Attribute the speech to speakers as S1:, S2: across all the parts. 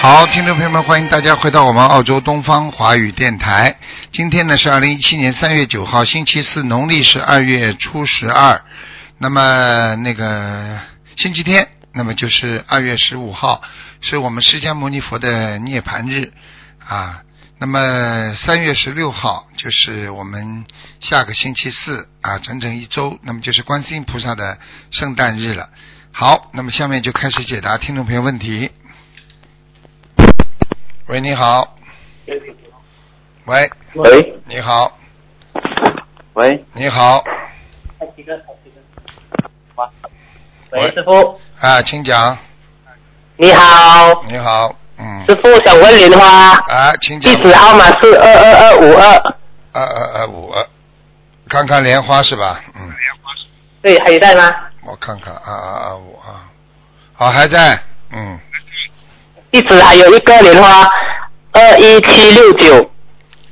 S1: 好，听众朋友们，欢迎大家回到我们澳洲东方华语电台。今天呢是二零一七年三月九号，星期四，农历是二月初十二。那么那个星期天，那么就是二月十五号，是我们释迦牟尼佛的涅槃日啊。那么三月十六号就是我们下个星期四啊，整整一周，那么就是观世音菩萨的圣诞日了。好，那么下面就开始解答听众朋友问题。喂，你好。喂，
S2: 喂
S1: 你好，
S2: 喂
S1: 你好，喂
S2: 喂，师傅，
S1: 啊，请讲。
S2: 你好，
S1: 你好，嗯，
S2: 师傅想问莲花，
S1: 啊，请
S2: 地
S1: 讲。
S2: 址号码是二二二五二，
S1: 二二二五二，看看莲花是吧？嗯，
S2: 对，还有在吗？
S1: 我看看二二二五啊，好，还在，嗯，
S2: 地址还有一个莲花，二一七六九，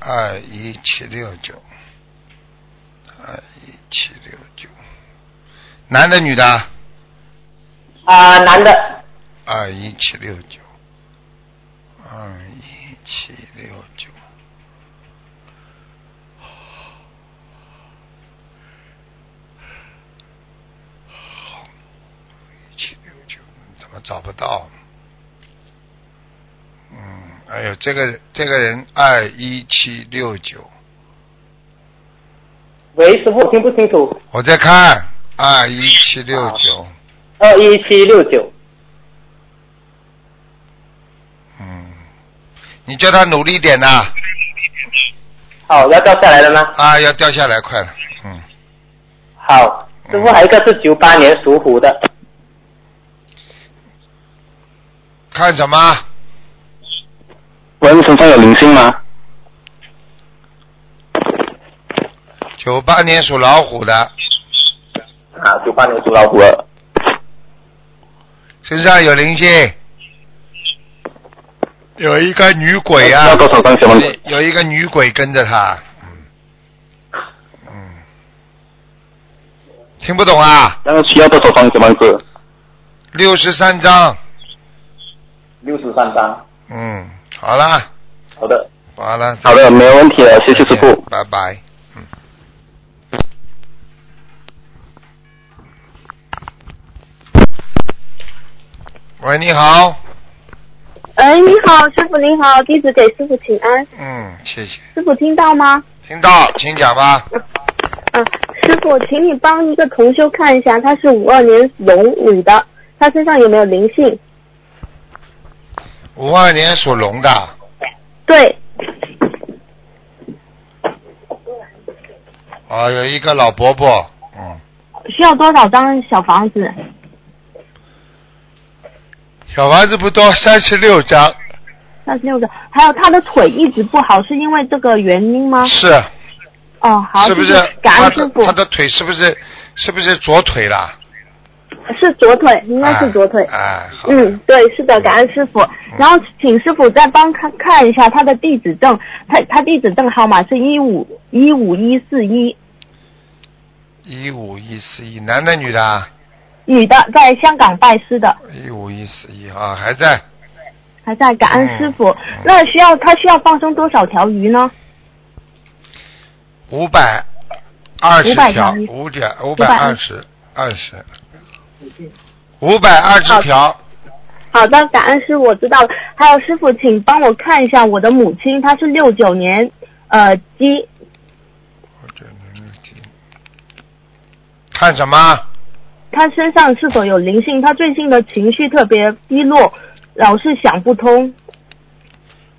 S1: 二一七六九，二一七六九，男的女的啊？
S2: 啊，男的，
S1: 二一七六九，二一七六九。七六九怎么找不到？嗯，哎呦，这个这个人二一七六九，
S2: 喂，师傅听不清楚，
S1: 我在看二一七六九，
S2: 二一七六九，
S1: 嗯，你叫他努力点呐、
S2: 好，要掉下来了吗？
S1: 啊，要掉下来快了，嗯，
S2: 好，师傅还有一个是九八年属虎的，
S1: 看什么？
S3: 喂，身上有灵性吗？
S1: 九八年属老虎的，
S3: 啊，九八年属老虎的，
S1: 身上有灵性，有一个女鬼啊
S3: 要，多少张小房子？
S1: 有一个女鬼跟着他，嗯，嗯，听不懂啊？
S3: 那需要多少张小房子？
S1: 六十三章，
S3: 六十三张。
S1: 嗯，好了，
S3: 好的，
S1: 好了，
S3: 好的，没有问题了，啊谢谢师
S1: 再
S3: 傅
S1: 见。拜拜。嗯。喂，你好，
S4: 哎，你好，师傅您好，弟子给师傅请安，
S1: 嗯，谢谢，
S4: 师傅听到吗？
S1: 听到，请讲吧。
S4: 嗯、师傅，请你帮一个同修看一下，她是五二年龙女的，她身上有没有灵性？
S1: 五二年属龙的，
S4: 对，
S1: 啊，有一个老伯伯，嗯，
S4: 需要多少张小房子？
S1: 小房子不多，三十六张，
S4: 三十六个。还有她的腿一直不好，是因为这个原因吗？
S1: 是
S4: 哦，啊好，
S1: 是不
S4: 谢
S1: 是
S4: 谢？感
S1: 他
S4: 恩师
S1: 的
S4: 傅
S1: 他的腿是不是是不是左腿啦？
S4: 是左腿，应该是左腿。
S1: 哎，哎好的
S4: 嗯，对，是的，感恩师傅。然后请师傅再帮看看一下他的地址证，他他地址证号码是一五一五一四一，
S1: 一五一四一，男的女的啊？
S4: 女的，在香港拜师的，
S1: 一五一四一啊，还在
S4: 还在感恩师傅。
S1: 嗯
S4: 那需要他需要放生多少条鱼呢？
S1: 五百二十
S4: 500
S1: 条
S4: 条，
S1: 五点五百二十二十，五百二十条。
S4: 好的，感恩师傅，我知道了。还有师傅，请帮我看一下我的母亲，她是六九年，呃，鸡，
S1: 我这能力挺看什么？
S4: 她身上是否有灵性？她最近的情绪特别低落，老是想不通。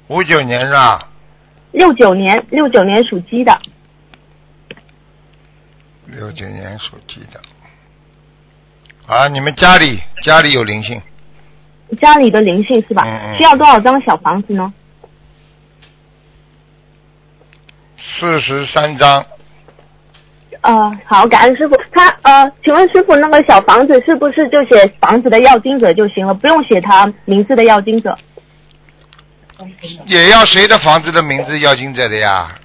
S1: 五九年是吧？
S4: 六九年，六九年属鸡的。
S1: 六九年属鸡的。啊，你们家里家里有灵性，
S4: 家里的灵性是吧？
S1: 嗯嗯
S4: 需要多少张小房子呢？
S1: 四十三张，
S4: 呃，好，感恩师傅。他呃，请问师傅，那个小房子是不是就写房子的要经者就行了，不用写他名字的要经者？
S1: 也要谁的房子的名字要进这的呀？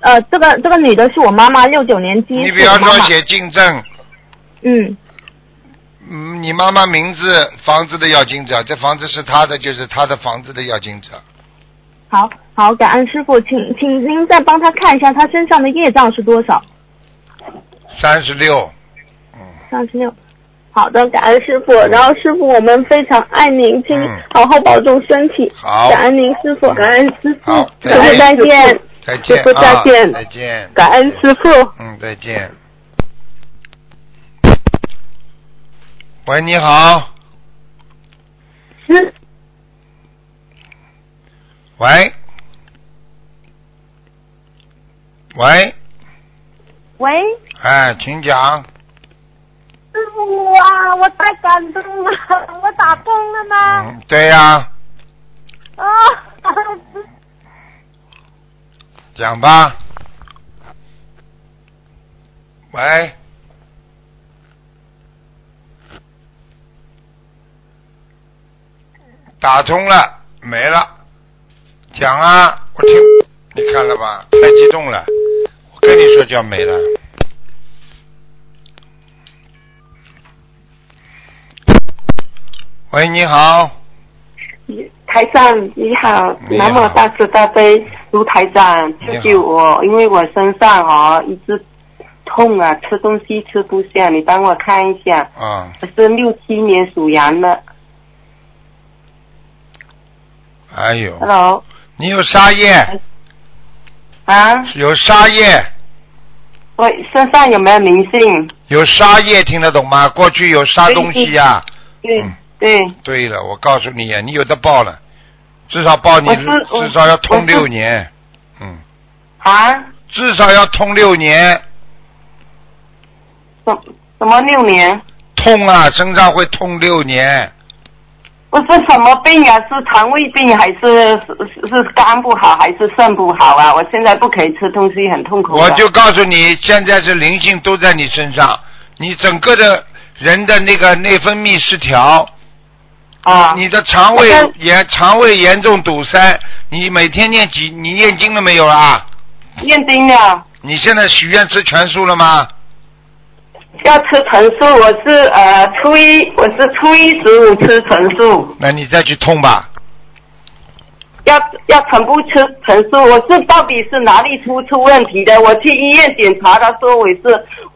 S4: 呃，这个这个女的是我妈妈，六九年鸡，
S1: 你比
S4: 是我
S1: 方
S4: 妈
S1: 说
S4: 妈。
S1: 写进证，
S4: 嗯，
S1: 嗯，你妈妈名字房子的要经者，这房子是她的，就是她的房子的啊要经者。
S4: 好好，感恩师傅，请请您再帮他看一下他身上的业障是多少？
S1: 三十六，嗯，
S4: 三十六。好的，感恩师傅。然后师傅，我们非常爱您，请
S1: 嗯
S4: 好好保重身体。
S1: 好
S4: 感恩您师傅，
S1: 感
S4: 恩师
S1: 好，
S4: 师傅再见。
S1: 再见，
S4: 师傅再
S1: 啊
S4: 见
S1: 再见，
S4: 感恩师傅。
S1: 嗯，再见。喂，你好，
S4: 师
S1: 喂，喂，
S5: 喂，
S1: 哎，请讲，
S5: 师傅啊，我太感动了，我打通了吗？
S1: 嗯，对呀、
S5: 啊，
S1: 讲吧。喂，打通了，没了，讲啊，我听，你看了吧？太激动了，我跟你说就要没了。喂，你好，
S6: 台长你好，
S1: 你好
S6: 南无大慈大悲卢台长，
S1: 你好
S6: 救救我！因为我身上哦一直痛啊，吃东西吃不下，你帮我看一下。
S1: 啊、
S6: 我是六七年属羊的
S1: 哎呦，
S6: ，Hello
S1: 你有沙叶，
S6: 啊，
S1: 有沙叶。
S6: 我身上有没有灵性？
S1: 有沙叶听得懂吗？过去有沙东西呀、
S6: 对、
S1: 嗯
S6: 对，
S1: 对了，我告诉你呀、你有的报了，至少报你
S6: 我是我
S1: 至少要通
S6: 我是
S1: 六年，嗯，
S6: 啊，
S1: 至少要通六年，
S6: 什什么六年？
S1: 痛啊，身上会痛六年，
S6: 我是什么病啊？是肠胃病还是是是是肝不好还是肾不好啊？我现在不可以吃东西，很痛苦的。
S1: 我就告诉你，现在是灵性都在你身上，你整个的人的那个内分泌失调，
S6: 啊，
S1: 你的肠胃
S6: 我跟
S1: 严肠胃严重堵塞，你每天念几你念经了没有啊？
S6: 念经啊了。
S1: 你现在许愿吃全素了吗？
S6: 要吃陈素，我是呃初一，我是初一十五吃陈素，
S1: 那你再去痛吧。
S6: 要要全部吃陈素。我是到底是哪里出出问题的？我去医院检查，他说我是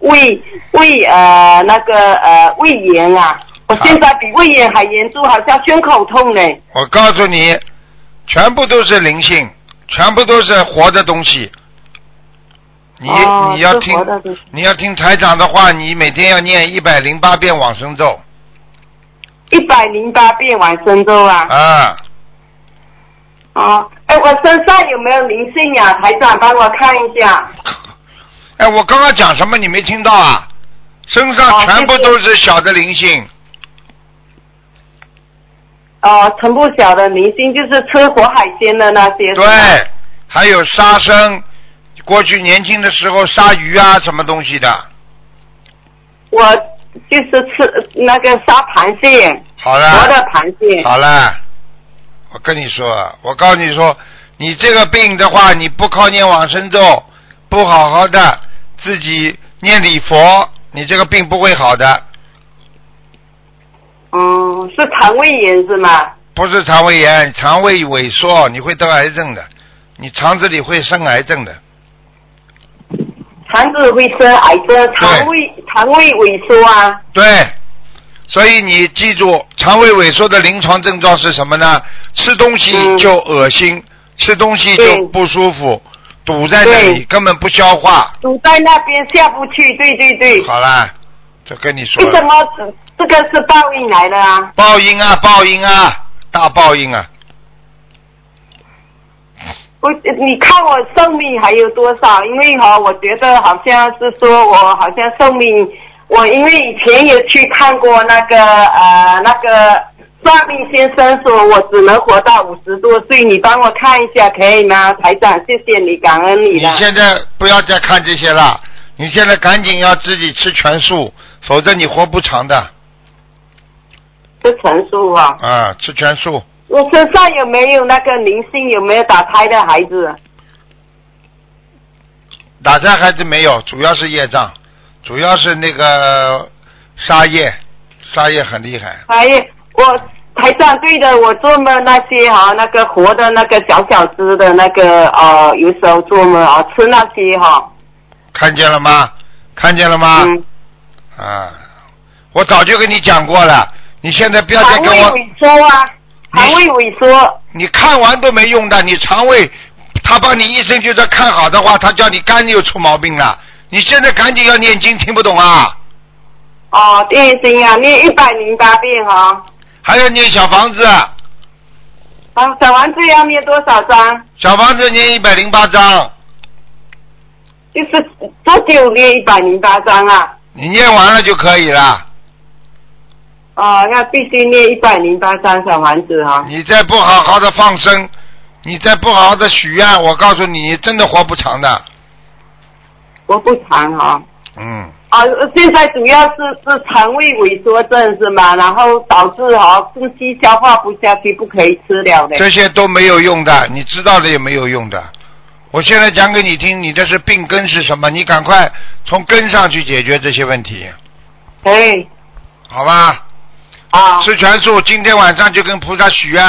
S6: 胃胃呃那个呃胃炎啊，我现在比胃炎还严重，好像胸口痛嘞。
S1: 我告诉你，全部都是灵性，全部都是活的东西。你、
S6: 哦
S1: 你要
S6: 是
S1: 听
S6: 活的东西
S1: 你要听台长的话，你每天要念一百零八遍往生咒
S6: 一百零八遍往生咒啊！
S1: 啊！
S6: 哦，哎，我身上有没有灵性呀、台长帮我看一下。
S1: 哎，我刚刚讲什么你没听到啊？身上
S6: 哦
S1: 全部
S6: 谢谢
S1: 都是小的灵性，
S6: 哦，全部小的灵性就是吃活海鲜的那些。是吗
S1: 对，还有杀生，过去年轻的时候杀鱼啊什么东西的。
S6: 我就是吃那个杀螃蟹，
S1: 好了，
S6: 活的螃蟹。
S1: 好了，我跟你说啊，我告诉你说，你这个病的话，你不靠念往生咒，不好好的自己念礼佛，你这个病不会好的。
S6: 嗯，是肠胃炎是吗？
S1: 不是肠胃炎，肠胃萎缩，你会得癌症的，你肠子里会生癌症的。
S6: 肠子会生癌症，肠胃肠胃萎缩啊。
S1: 对，所以你记住，肠胃萎缩的临床症状是什么呢？吃东西
S6: 嗯
S1: 就恶心，吃东西就
S6: 对
S1: 不舒服，堵在那里
S6: 对
S1: 根本不消化。
S6: 堵在那边下不去，对对对。
S1: 好啦，就跟你说
S6: 为什
S1: 了，
S6: 么这这个是报应来的啊？
S1: 报应啊，报应啊，大报应啊！
S6: 我你看我寿命还有多少？因为哈、我觉得好像是说我好像寿命，我因为以前也去看过那个呃那个算命先生说我只能活到五十多岁，你帮我看一下可以吗？台长，谢谢你，感恩你
S1: 你
S6: 了。
S1: 现在不要再看这些了，你现在赶紧要自己吃全素，否则你活不长的。
S6: 是陈述啊，
S1: 啊，吃全素，
S6: 我身上有没有那个灵性？有没有打胎的孩子？
S1: 打胎孩子没有，主要是业障，主要是那个沙业，杀业很厉害，
S6: 还有我台长对的，我做梦那些哈、那个活的那个小小只的那个呃，有时候做梦啊吃那些哈、
S1: 看见了吗？看见了吗？
S6: 嗯，
S1: 啊，我早就跟你讲过了，你现在不要再
S6: 肠
S1: 跟
S6: 胃
S1: 我，
S6: 萎缩啊，肠胃萎缩，
S1: 你看完都没用的，你肠胃，他帮你医生就算看好的话，他叫你肝又出毛病了，你现在赶紧要念经，听不懂啊？
S6: 哦，念经啊，念一百零八遍哈、
S1: 还要念小房子，
S6: 啊，小王子要念多少张？
S1: 小房子念一百零八章，
S6: 就是多久念一百零八张啊？
S1: 你念完了就可以了。
S6: 哦，要必须念一百零八张小王子哈、
S1: 你再不好好的放生，你再不好好的许愿，我告诉你，你真的活不长的。
S6: 我不长哈、
S1: 嗯，
S6: 啊，现在主要是是肠胃萎缩症是吗？然后导致哈、哦、东西消化不下去，不可以吃了的。
S1: 这些都没有用的，你知道了也没有用的。我现在讲给你听，你这是病根是什么？你赶快从根上去解决这些问题，
S6: 对，
S1: 好吧？
S6: 哎啊，
S1: 吃全素，今天晚上就跟菩萨许愿，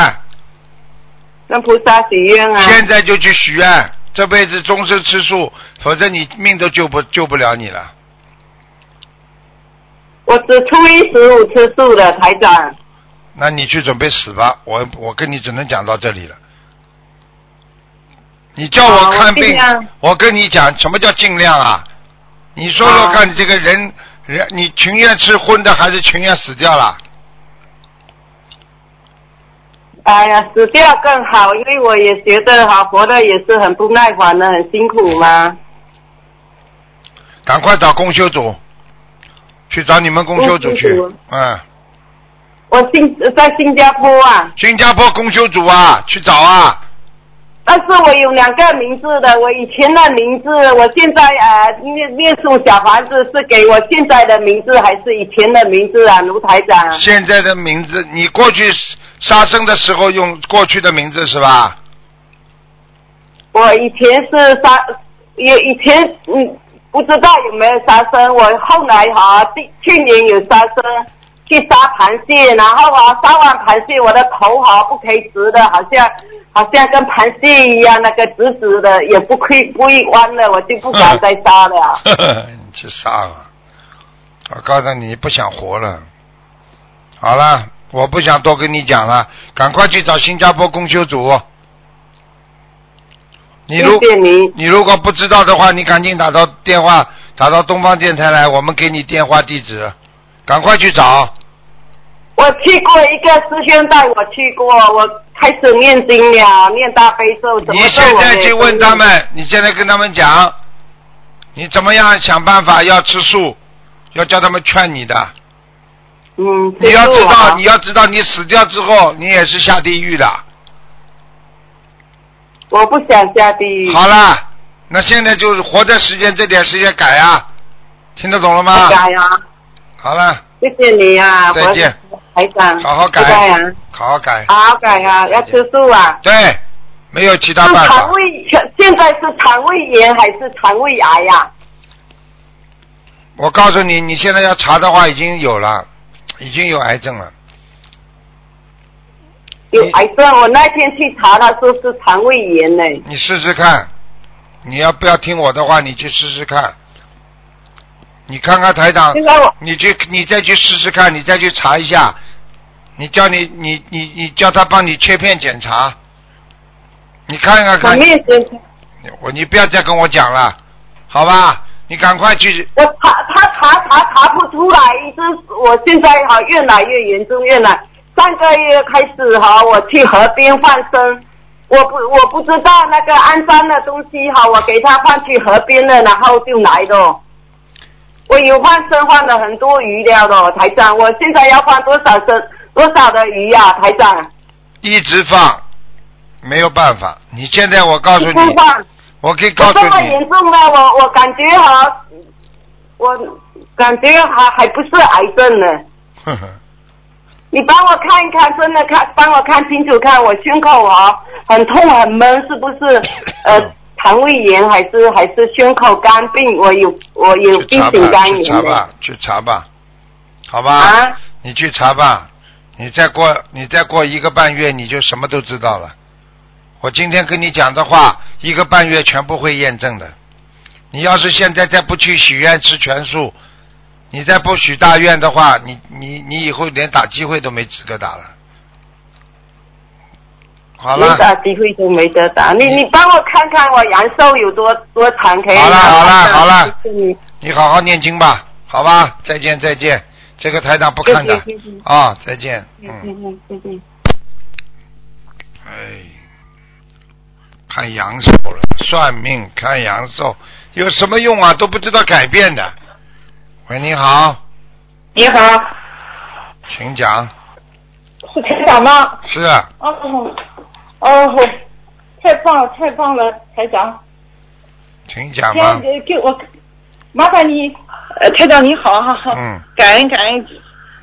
S6: 跟菩萨许愿啊。
S1: 现在就去许愿，这辈子终身吃素，否则你命都救不救不了你了。
S6: 我只初一十五吃素的台长。
S1: 那你去准备死吧，我我跟你只能讲到这里了。你叫
S6: 好
S1: 我
S6: 我
S1: 看
S6: 尽
S1: 病，
S6: 量
S1: 我跟你讲，什么叫尽量啊？你说说
S6: 好
S1: 看，这个人人，你情愿吃荤的，还是情愿死掉了？
S6: 哎呀，死掉更好，因为我也觉得哈、活的也是很不耐烦的，很辛苦嘛。
S1: 赶快找公修组，去找你们公修组去
S6: 公修组。
S1: 嗯，
S6: 我新在新加坡啊，
S1: 新加坡公修组啊，去找啊。
S6: 但是我有两个名字的，我以前的名字，我现在呃念念书小房子是给我现在的名字还是以前的名字啊，卢台长？
S1: 现在的名字，你过去杀生的时候用过去的名字是吧？
S6: 我以前是杀，也以前嗯不知道有没有杀生，我后来哈、去去年有杀生，去杀螃蟹，然后啊杀完螃蟹我的头哈、不可以直的，好像好像跟螃蟹一样那个直直的，也不会不会弯了，我就不
S1: 嗯
S6: 敢再杀了。
S1: 你去杀吧！我告诉你，不想活了。好了，我不想多跟你讲了，赶快去找新加坡公修组。你如
S6: 谢谢您，
S1: 你如果不知道的话，你赶紧打到电话，打到东方电台来，我们给你电话地址，赶快去找。
S6: 我去过一个师兄带我去过，我开始念经了，念大悲咒，怎
S1: 你
S6: 么咒
S1: 现
S6: 我
S1: 在
S6: 没
S1: 去
S6: 有
S1: 问他
S6: 念
S1: 们，你现在跟他们讲，你怎么样想办法要吃素，要叫他们劝你的。
S6: 嗯，
S1: 你要知
S6: 吃素啊
S1: 道，你要知道，你死掉之后，你也是下地狱的。
S6: 我不想下地狱。
S1: 好了，那现在就是活在时间这点时间改啊，听得懂了吗
S6: 我？改啊，
S1: 好了，
S6: 谢谢你啊，
S1: 再见
S6: 我，台长，
S1: 好好改
S6: 拜拜啊，
S1: 好好改。
S6: 好好改啊，要吃素啊。
S1: 对，没有其他
S6: 是
S1: 办
S6: 肠
S1: 法。
S6: 胃，现在是肠胃炎还是肠胃癌啊呀、
S1: 我告诉你，你现在要查的话，已经有了，已经有癌症了。
S6: 有
S1: 你
S6: 癌症，我那天去查，他说是肠胃炎呢。
S1: 你试试看，你要不要听我的话？你去试试看，你看看台长
S6: 现，在我
S1: 你去，你再去试试看，你再去查一下。你叫你你你你叫他帮你切片检查，你看看
S6: 我
S1: 看，
S6: 面前，
S1: 我你不要再跟我讲了，好吧？你赶快去，
S6: 我查他查查查不出来，一直我现在哈越来越严重，越来上个月开始哈，我去河边放生，我不我不知道那个肮脏的东西哈，我给他放去河边了，然后就来了。我有放生放了很多鱼了的，台长，我现在要放多少生多少的鱼呀、台长？
S1: 一直放，没有办法。你现在我告诉
S6: 不
S1: 你，
S6: 放。
S1: 我可以告
S6: 我
S1: 诉
S6: 这么
S1: 你，
S6: 严重了，我我感觉哈，我感觉还还不是癌症呢。
S1: 呵呵？
S6: 你帮我看一看，真的看，帮我看清楚，看我胸口啊，很痛很闷，是不是呃，肠胃炎还是还是胸口肝病？我有我有
S1: 去
S6: 病
S1: 查
S6: 型
S1: 吧，
S6: 肝
S1: 去
S6: 炎
S1: 查
S6: 的
S1: 吧，去查吧，好吧？
S6: 啊！
S1: 你去查吧，你再过你再过一个半月，你就什么都知道了。我今天跟你讲的话，一个半月全部会验证的。你要是现在再不去许愿吃全素，你再不许大愿的话，你你你以后连打机会都没资格打了。好了
S6: 连，打机会都没得打。你你帮我看看我阳寿有多多长可以？
S1: 好了好了好了
S6: 哎谢谢你，
S1: 你好好念经吧，好吧，再见再见，这个台长不看的
S6: 谢谢谢谢
S1: 啊，再见，
S6: 谢谢
S1: 嗯，
S6: 你谢谢你。
S1: 哎，看阳寿了，算命看阳寿有什么用啊？都不知道改变的。喂，你好，
S7: 你好，
S1: 请讲，
S7: 是台长吗？
S1: 是啊
S7: 哦，哦，太棒了，太棒了，台长，
S1: 请讲吧
S7: 先，给给我，麻烦你，呃，台长你好，哈哈，
S1: 嗯，
S7: 感恩感恩，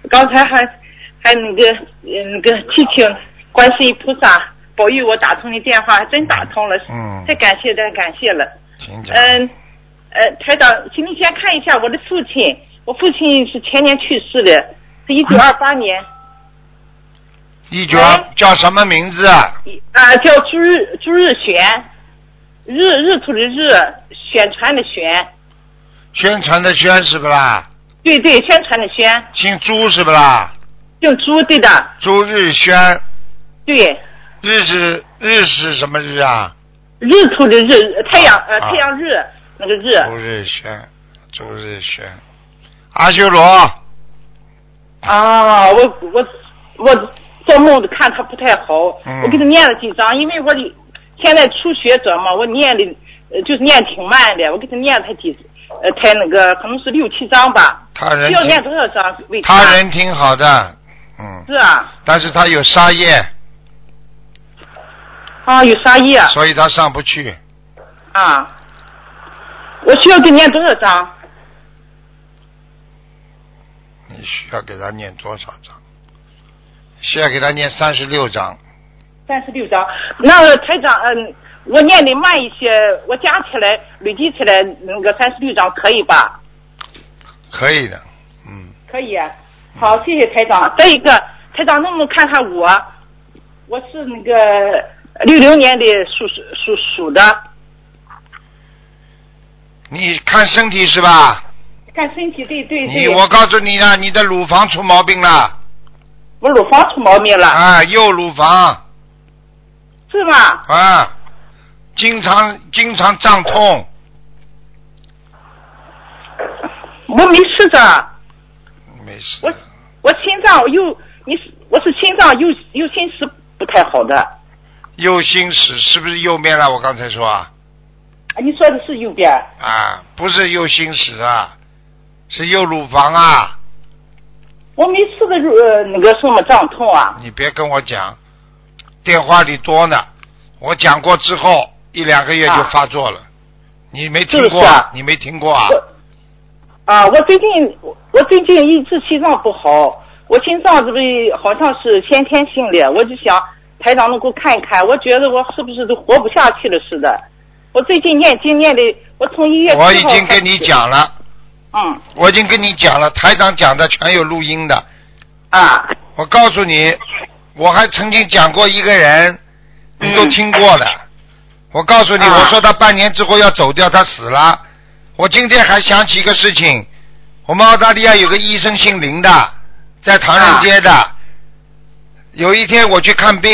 S7: 刚才还还那个呃那个祈请观世音菩萨保佑我打通的电话，还真打通了，
S1: 嗯
S7: 太感谢太感谢了。
S1: 请讲，
S7: 嗯，呃，台长，请你先看一下我的父亲，我父亲是前年去世的，是一九二八年。
S1: 一九二叫什么名字啊？
S7: 啊，叫朱日朱日玄，日日土的日，宣传的宣，
S1: 宣传的宣是不啦？
S7: 对对，宣传的宣，
S1: 姓朱是不啦？
S7: 姓朱，对的，
S1: 朱日宣，
S7: 对，
S1: 日是日是什么日啊？
S7: 日土的日，太阳呃
S1: 啊哦
S7: 太阳日、那个日，
S1: 朱日宣，朱日宣，阿修罗，
S7: 啊，我我我做梦看他不太好，
S1: 嗯
S7: 我给他念了几张，因为我的现在初学者嘛，我念的呃就是念挺慢的，我给他念了才几呃才那个可能是六七张吧，
S1: 他人
S7: 需要念
S1: 挺
S7: 多少张为他
S1: 他人挺好的，嗯，
S7: 是啊
S1: 但是他有杀业，
S7: 啊有啥意啊？
S1: 所以他上不去。
S7: 啊，我需要给念多少张？
S1: 你需要给他念多少章？需要给他念三十六章。
S7: 三十六张。那个台长，嗯，我念的慢一些，我加起来累积起来那个三十六张可以吧？
S1: 可以的，嗯，
S7: 可以。啊好，谢谢台长。啊再一个，台长能不能看看我？我是那个六零年的属属属的，
S1: 你看身体是吧？
S7: 看身体对对
S1: 你
S7: 对。
S1: 我告诉你了，你的乳房出毛病了，
S7: 我乳房出毛病了，
S1: 啊，右乳房
S7: 是吗？
S1: 啊，经常经常胀痛，
S7: 我没事的，
S1: 没事。
S7: 我我心脏又你是我是心脏又又心室不太好的。
S1: 右心室是不是右面了？我刚才说啊，
S7: 啊，你说的是右边儿
S1: 啊，不是右心室啊，是右乳房啊。
S7: 我没吃的入呃那个什么胀痛啊，
S1: 你别跟我讲，电话里多呢。我讲过之后，一两个月就发作了。你没听过？
S7: 是啊
S1: 你没听过啊？
S7: 我啊，我最近我我最近一直心脏不好，我心脏这个好像是先天性的，我就想台长能给我看一看，我觉得我是不是都活不下去了似的。我最近念经念的，我从一月
S1: 我已
S7: 7号
S1: 经
S7: 开
S1: 跟你
S7: 始，
S1: 讲了，
S7: 嗯
S1: 我已经跟你讲了，台长讲的全有录音的。
S7: 啊，
S1: 我告诉你，我还曾经讲过一个人，你都听过了。我告诉你，
S7: 嗯
S1: 我
S7: 啊
S1: 说他半年之后要走掉，他死了。我今天还想起一个事情，我们澳大利亚有个医生姓林的，在唐人街的。
S7: 啊
S1: 有一天我去看病，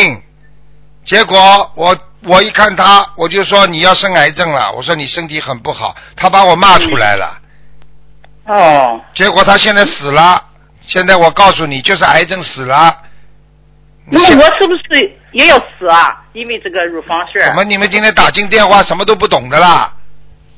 S1: 结果我我一看他，我就说你要生癌症了，我说你身体很不好，他把我骂出来了。
S7: 哦
S1: 结果他现在死了。现在我告诉你，就是癌症死了。
S7: 那么我是不是也要死啊？因为这个乳房事儿
S1: 怎么你们今天打进电话什么都不懂的啦？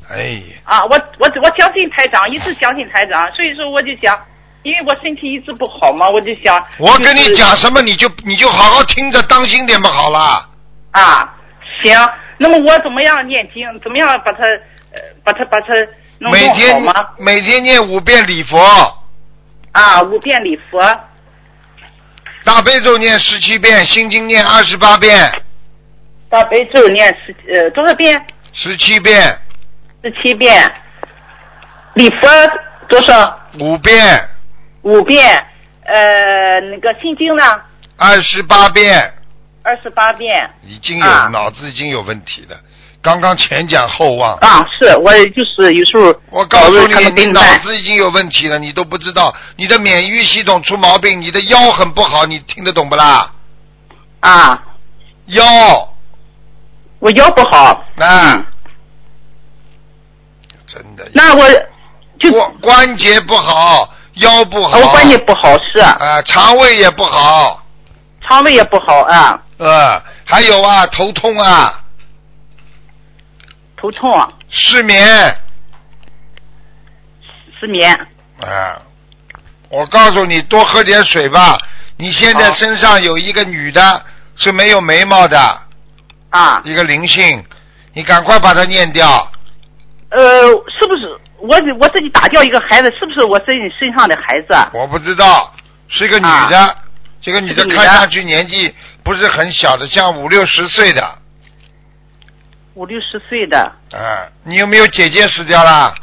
S1: 哎呀，
S7: 啊，我我我相信台长，一直相信台长，所以说我就想，因为我身体一直不好嘛，我就想。
S1: 我跟你
S7: 就是
S1: 讲什么你就你就好好听着，当心点不好啦。
S7: 啊，行，那么我怎么样念经？怎么样把它呃把它把它弄
S1: 每
S7: 弄好
S1: 天
S7: 吗？
S1: 每天念五遍礼佛，
S7: 啊，五遍礼佛，
S1: 大悲咒念十七遍，心经念二十八遍，
S7: 大悲咒念十呃多少遍？
S1: 十七遍，
S7: 十七遍，礼佛多少？
S1: 五遍，
S7: 五遍。呃那个心经呢，
S1: 二十八遍
S7: 二十八遍
S1: 已经有、
S7: 啊
S1: 脑子已经有问题了，刚刚前讲后忘。
S7: 啊，是我也就是有时候
S1: 我告诉
S7: 搞得
S1: 你
S7: 他们，
S1: 你
S7: 明
S1: 脑
S7: 白
S1: 子已经有问题了，你都不知道，你的免疫系统出毛病，你的腰很不好，你听得懂不啦？
S7: 啊，
S1: 腰，
S7: 我腰不好，
S1: 那、真的，
S7: 嗯那我就
S1: 关关节不好，腰不好，
S7: 我关节不好是，
S1: 啊、肠胃也不好，
S7: 肠胃也不好啊，
S1: 呃，还有啊，头痛啊，
S7: 头痛啊
S1: 失眠，
S7: 失眠
S1: 啊，我告诉你，多喝点水吧。你现在
S7: 好
S1: 身上有一个女的是没有眉毛的，
S7: 啊，
S1: 一个灵性，你赶快把它念掉。
S7: 呃，是不是我我自己打掉一个孩子，是不是我自己身上的孩子啊？
S1: 我不知道，是个女的，这个女的
S7: 啊是个女的
S1: 看上去年纪不是很小的，像五六十岁的。
S7: 五六十岁的，
S1: 啊，你有没有姐姐死掉啦？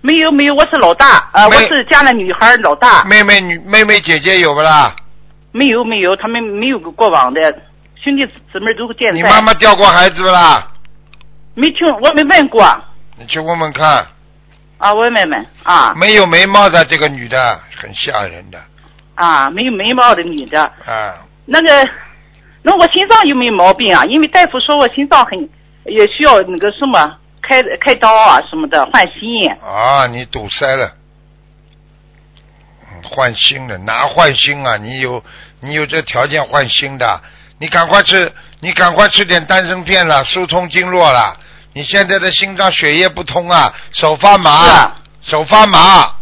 S7: 没有没有，我是老大，呃，
S1: 没
S7: 我是家的女孩儿老大，
S1: 妹妹女妹妹姐姐有不啦？
S7: 没有没有，他们没有过往的兄弟姊妹都健在。
S1: 你
S7: 啊
S1: 妈妈掉过孩子不啦？
S7: 没听，我没问过
S1: 你去问问看。
S7: 啊，我问问啊
S1: 没有眉毛的这个女的很吓人的
S7: 啊，没有眉毛的女的，
S1: 啊。
S7: 那个，那我心脏有没有毛病啊？因为大夫说我心脏很也需要那个什么开开刀啊什么的换心
S1: 啊，你堵塞了，嗯换新的，拿换新啊！你有你有这条件换新的，你赶快吃，你赶快吃点丹参片了，疏通经络了。你现在的心脏血液不通啊，手发麻，
S7: 是啊
S1: 手发麻，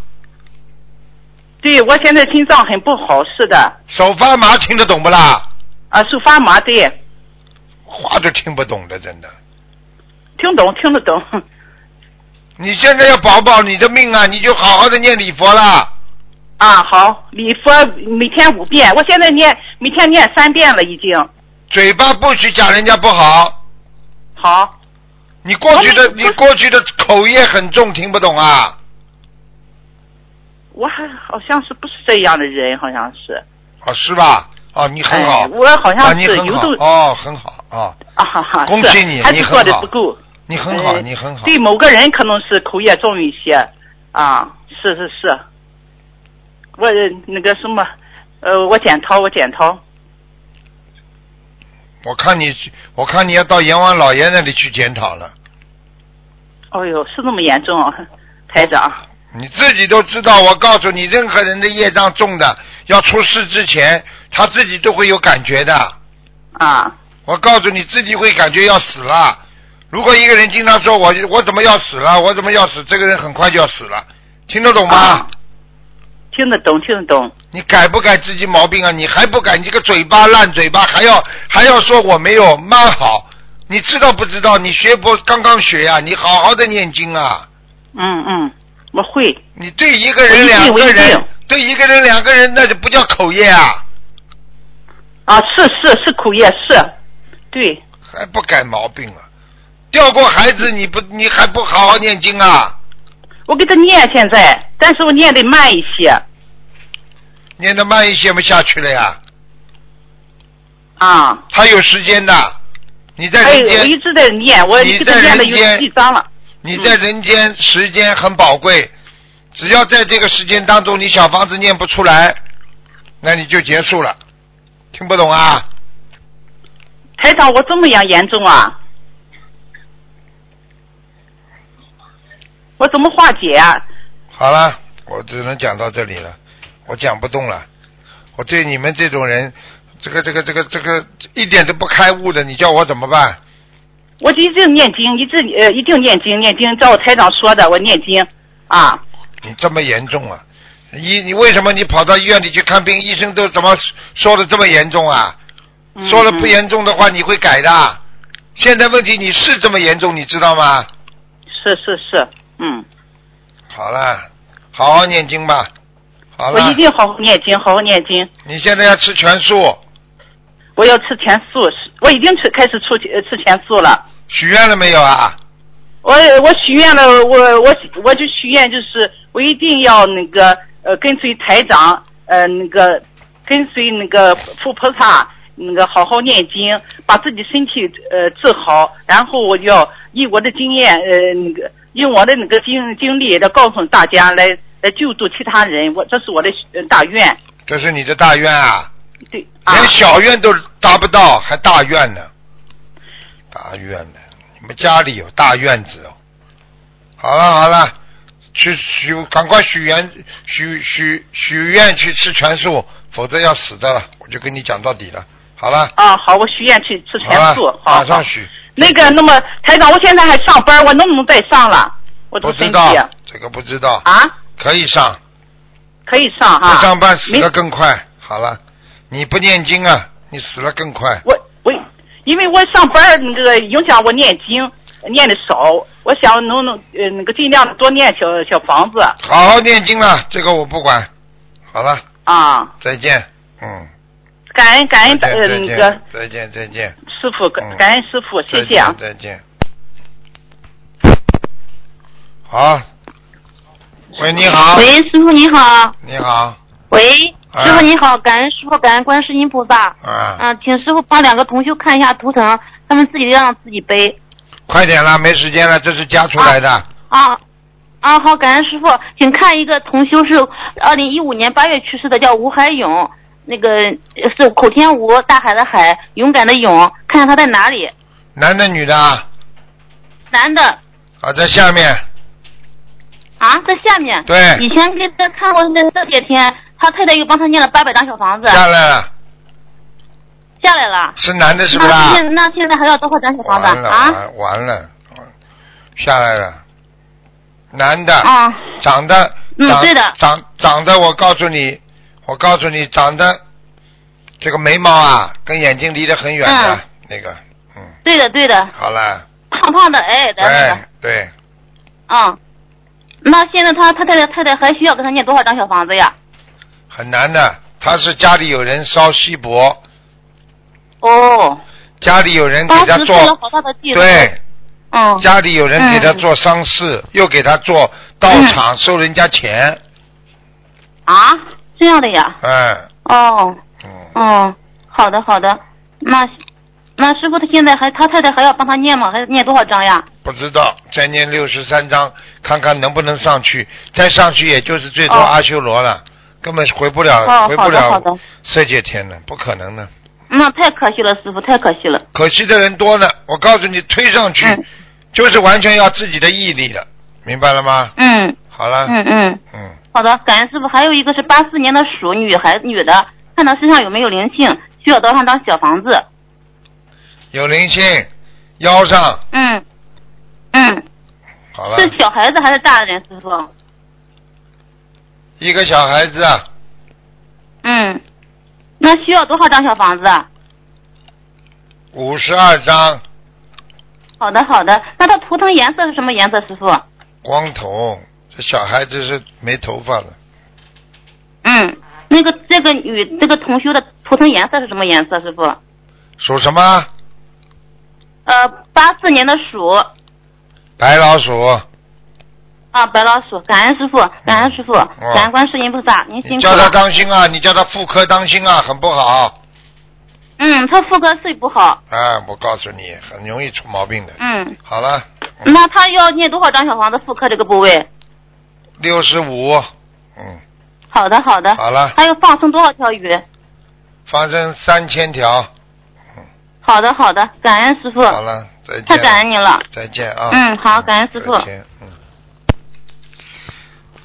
S7: 对我现在心脏很不好，是的，
S1: 手发麻，听得懂不啦？
S7: 啊，手发麻，对，
S1: 话都听不懂的，真的。
S7: 听懂听得懂，
S1: 你现在要保保你的命啊！你就好好的念礼佛啦。
S7: 啊，好，礼佛每天五遍，我现在念每天念三遍了已经。
S1: 嘴巴不许讲人家不好，
S7: 好，
S1: 你过去的
S7: 我没
S1: 你过去的口业很重，听不懂啊？
S7: 我还好像是不是这样的人，好像是。
S1: 哦，是吧？哦，你很好，
S7: 哎我好
S1: 啊，
S7: 像
S1: 你
S7: 是
S1: 很
S7: 有
S1: 好
S7: 度，
S1: 哦，很好啊，
S7: 啊哈哈，
S1: 恭
S7: 是
S1: 喜你
S7: 还
S1: 你
S7: 是
S1: 很
S7: 做的
S1: 好
S7: 不够。
S1: 你很好，
S7: 呃
S1: 你很好。
S7: 对某个人可能是口业重一些，啊，是是是。我呃那个什么，呃，我检讨，我检讨。
S1: 我看你，我看你要到阎王老爷那里去检讨了。
S7: 哎呦，是那么严重啊，
S1: 哦
S7: 台长。
S1: 你自己都知道，我告诉你，任何人的业障重的，要出事之前，他自己都会有感觉的。
S7: 啊，
S1: 我告诉你，自己会感觉要死了。如果一个人经常说我我怎么要死了，我怎么要死，这个人很快就要死了，听得懂吗？
S7: 啊听得懂，听得懂。
S1: 你改不改自己毛病啊？你还不改，你这个嘴巴烂嘴巴，还要还要说我没有蛮好，你知道不知道？你学佛刚刚学啊，你好好的念经啊。
S7: 嗯嗯，我会。
S1: 你对一个人、
S7: 我一定
S1: 两
S7: 我
S1: 个
S7: 一定
S1: 人，对一个人、两个人，那就不叫口业啊，
S7: 啊，是是是口业是，对。
S1: 还不改毛病啊？掉过孩子，你不你还不好好念经啊？
S7: 我给他念现在，但是我念得慢一些
S1: 念得慢一些，没下去了呀。
S7: 啊。
S1: 他有时间的，你在
S7: 哎，
S1: 人间、
S7: 我一直在念，我
S1: 你
S7: 给他
S1: 在
S7: 念了
S1: 人间
S7: 有几章了。
S1: 你在人间时间很宝贵，只要在这个时间当中，你小房子念不出来，那你就结束了。听不懂啊？
S7: 台长，我这么样严重啊？我怎么化解啊？
S1: 好了，我只能讲到这里了，我讲不动了。我对你们这种人，这个这个这个这个一点都不开悟的，你叫我怎么办？
S7: 我就一直念经，一直呃，一定念经，念经。照我台长说的，我念经啊。
S1: 你这么严重啊？医你为什么你跑到医院里去看病，医生都怎么说的这么严重啊？
S7: 嗯
S1: 说了不
S7: 嗯
S1: 严重的话，你会改的。现在问题你是这么严重，你知道吗？
S7: 是是是，嗯，
S1: 好啦，好好念经吧。好
S7: 我
S1: 啦
S7: 一，定好好念经，好好念经。
S1: 你现在要吃全素，
S7: 我要吃全素，是我已经吃开始出呃吃全素了。
S1: 许愿了没有啊？
S7: 我我许愿了，我我我就许愿，就是我一定要那个呃跟随台长呃那个跟随那个佛菩萨那个好好念经，把自己身体呃治好，然后我就要以我的经验呃那个以我的那个经经历来告诉大家来来救助其他人，我这是我的呃大愿。
S1: 这是你的大愿啊，
S7: 对啊
S1: 连，小愿都达不到，还大愿呢？大愿呢？你们家里有大院子哦。好了好了，去许赶快许愿许许许愿去吃全素，否则要死的了。我就跟你讲到底了。好了，
S7: 啊好，我许愿去吃全素，好，
S1: 马
S7: 好
S1: 上许。
S7: 那个，那么台长，我现在还上班，我能不能再上了？我
S1: 不
S7: 这
S1: 知
S7: 身
S1: 道
S7: 体
S1: 这个不知道，
S7: 啊，
S1: 可以上，
S7: 可以上
S1: 不
S7: 哈。
S1: 上班死
S7: 啊没
S1: 的更快。好了，你不念经啊，你死了更快。
S7: 我我，因为我上班儿那个影响我念经，念的少，我想能能呃那个尽量多念小小房子
S1: 好好念经了，这个我不管。好了，
S7: 啊。
S1: 再见。嗯，
S7: 感恩感
S1: 再
S7: 恩
S1: 见再见
S7: 呃那个
S1: 再见再见，
S7: 师傅，
S1: 嗯
S7: 感感恩师傅，谢
S1: 再
S7: 谢啊
S1: 见。再见。好，喂，你好，
S6: 喂，师傅你好。
S1: 你好，
S6: 喂，
S1: 啊
S6: 师傅你好，感恩师傅，感恩观世音菩萨。
S1: 啊，
S6: 啊，请师傅帮两个同修看一下图腾，他们自己让自己背。
S1: 快点啦，没时间了，这是加出来的，
S6: 啊啊，好，感恩师傅，请看一个同修是二零一五年八月去世的，叫吴海勇，那个呃是口天吴，大海的海，勇敢的勇，看看他在哪里。
S1: 男的女的啊？
S6: 男的
S1: 啊，在下面，
S6: 啊，在下面。
S1: 对，
S6: 以前跟他看过那那些天，他太太又帮他念了八百张小房子，
S1: 下来了，
S6: 下来了。
S1: 是男的是不是啊
S6: 那？现那现在还要多少张小房子
S1: 完了，
S6: 啊？
S1: 完完了，下来了，男的，
S6: 啊，
S1: 长得，
S6: 嗯
S1: 长
S6: 对的
S1: 长长得，我告诉你，我告诉你，长得这个眉毛啊，跟眼睛离得很远的、
S6: 嗯
S1: 那个，嗯，
S6: 对的对的，
S1: 好了，
S6: 胖胖的哎矮矮的那个
S1: 对，对，
S6: 嗯。那现在他他太太太太还需要给他念多少张小房子呀？
S1: 很难的。他是家里有人烧锡箔，
S6: 哦，
S1: 家里有人给
S6: 当
S1: 他
S6: 时做了
S1: 做，
S6: 好大的记录。，
S1: 对，
S6: 嗯，
S1: 家里有人给他
S6: 嗯
S1: 做丧事，又给他做道场收人家钱，
S6: 啊，这样的呀？
S1: 嗯
S6: 哦，
S1: 嗯，
S6: 哦，好的好的，那那师傅他现在还他太太还要帮他念吗？还要念多少张呀？
S1: 不知道再念六十三章，看看能不能上去，再上去也就是最多
S6: 哦
S1: 阿修罗了，根本回不了，
S6: 哦
S1: 回，不
S6: 好的
S1: 了
S6: 好的，
S1: 色界天了，不可能的。
S6: 那太可惜了，师傅太可惜了。
S1: 可惜的人多呢，我告诉你，推上去、
S6: 嗯
S1: 就是完全要自己的毅力了，明白了吗？
S6: 嗯
S1: 好了，
S6: 嗯嗯，
S1: 嗯
S6: 好的，感恩师傅。还有一个是八四年的鼠女孩女的，看她身上有没有灵性，需要多少张小房子？
S1: 有灵性，腰上
S6: 嗯，嗯，
S1: 好了，
S6: 是小孩子还是大人，师傅？
S1: 一个小孩子啊，
S6: 嗯，那需要多少张小房子？啊？
S1: 五十二张
S6: 好的，好的。那它图腾颜色是什么颜色，师傅？
S1: 光头，这小孩子是没头发的，
S6: 嗯，那个这个女这个同修的图腾颜色是什么颜色，师傅？
S1: 属什么？
S6: 呃，八四年的鼠
S1: 白老鼠，
S6: 啊，白老鼠。感恩师傅，感恩师傅，感恩观世音菩萨，您
S1: 你
S6: 辛苦
S1: 叫他
S6: 了。
S1: 当心啊！你叫他妇科当心啊，很不好
S6: 嗯，他妇科睡不好。
S1: 啊！我告诉你，很容易出毛病的。
S6: 嗯，
S1: 好了，
S6: 那他要念多少张小房子妇科这个部位？
S1: 六十五，嗯，
S6: 好的，好的。
S1: 好了，
S6: 还有放生多少条鱼？
S1: 放生三千条。
S6: 好的，好的，感恩师傅，
S1: 好了，再见。
S6: 太感恩您了。
S1: 再见啊。
S6: 嗯好感恩师傅
S1: 再见，嗯。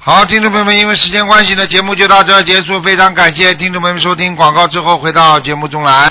S1: 好，听众朋友们，因为时间关系呢，节目就到这儿结束。非常感谢听众朋友们收听广告之后回到节目中来。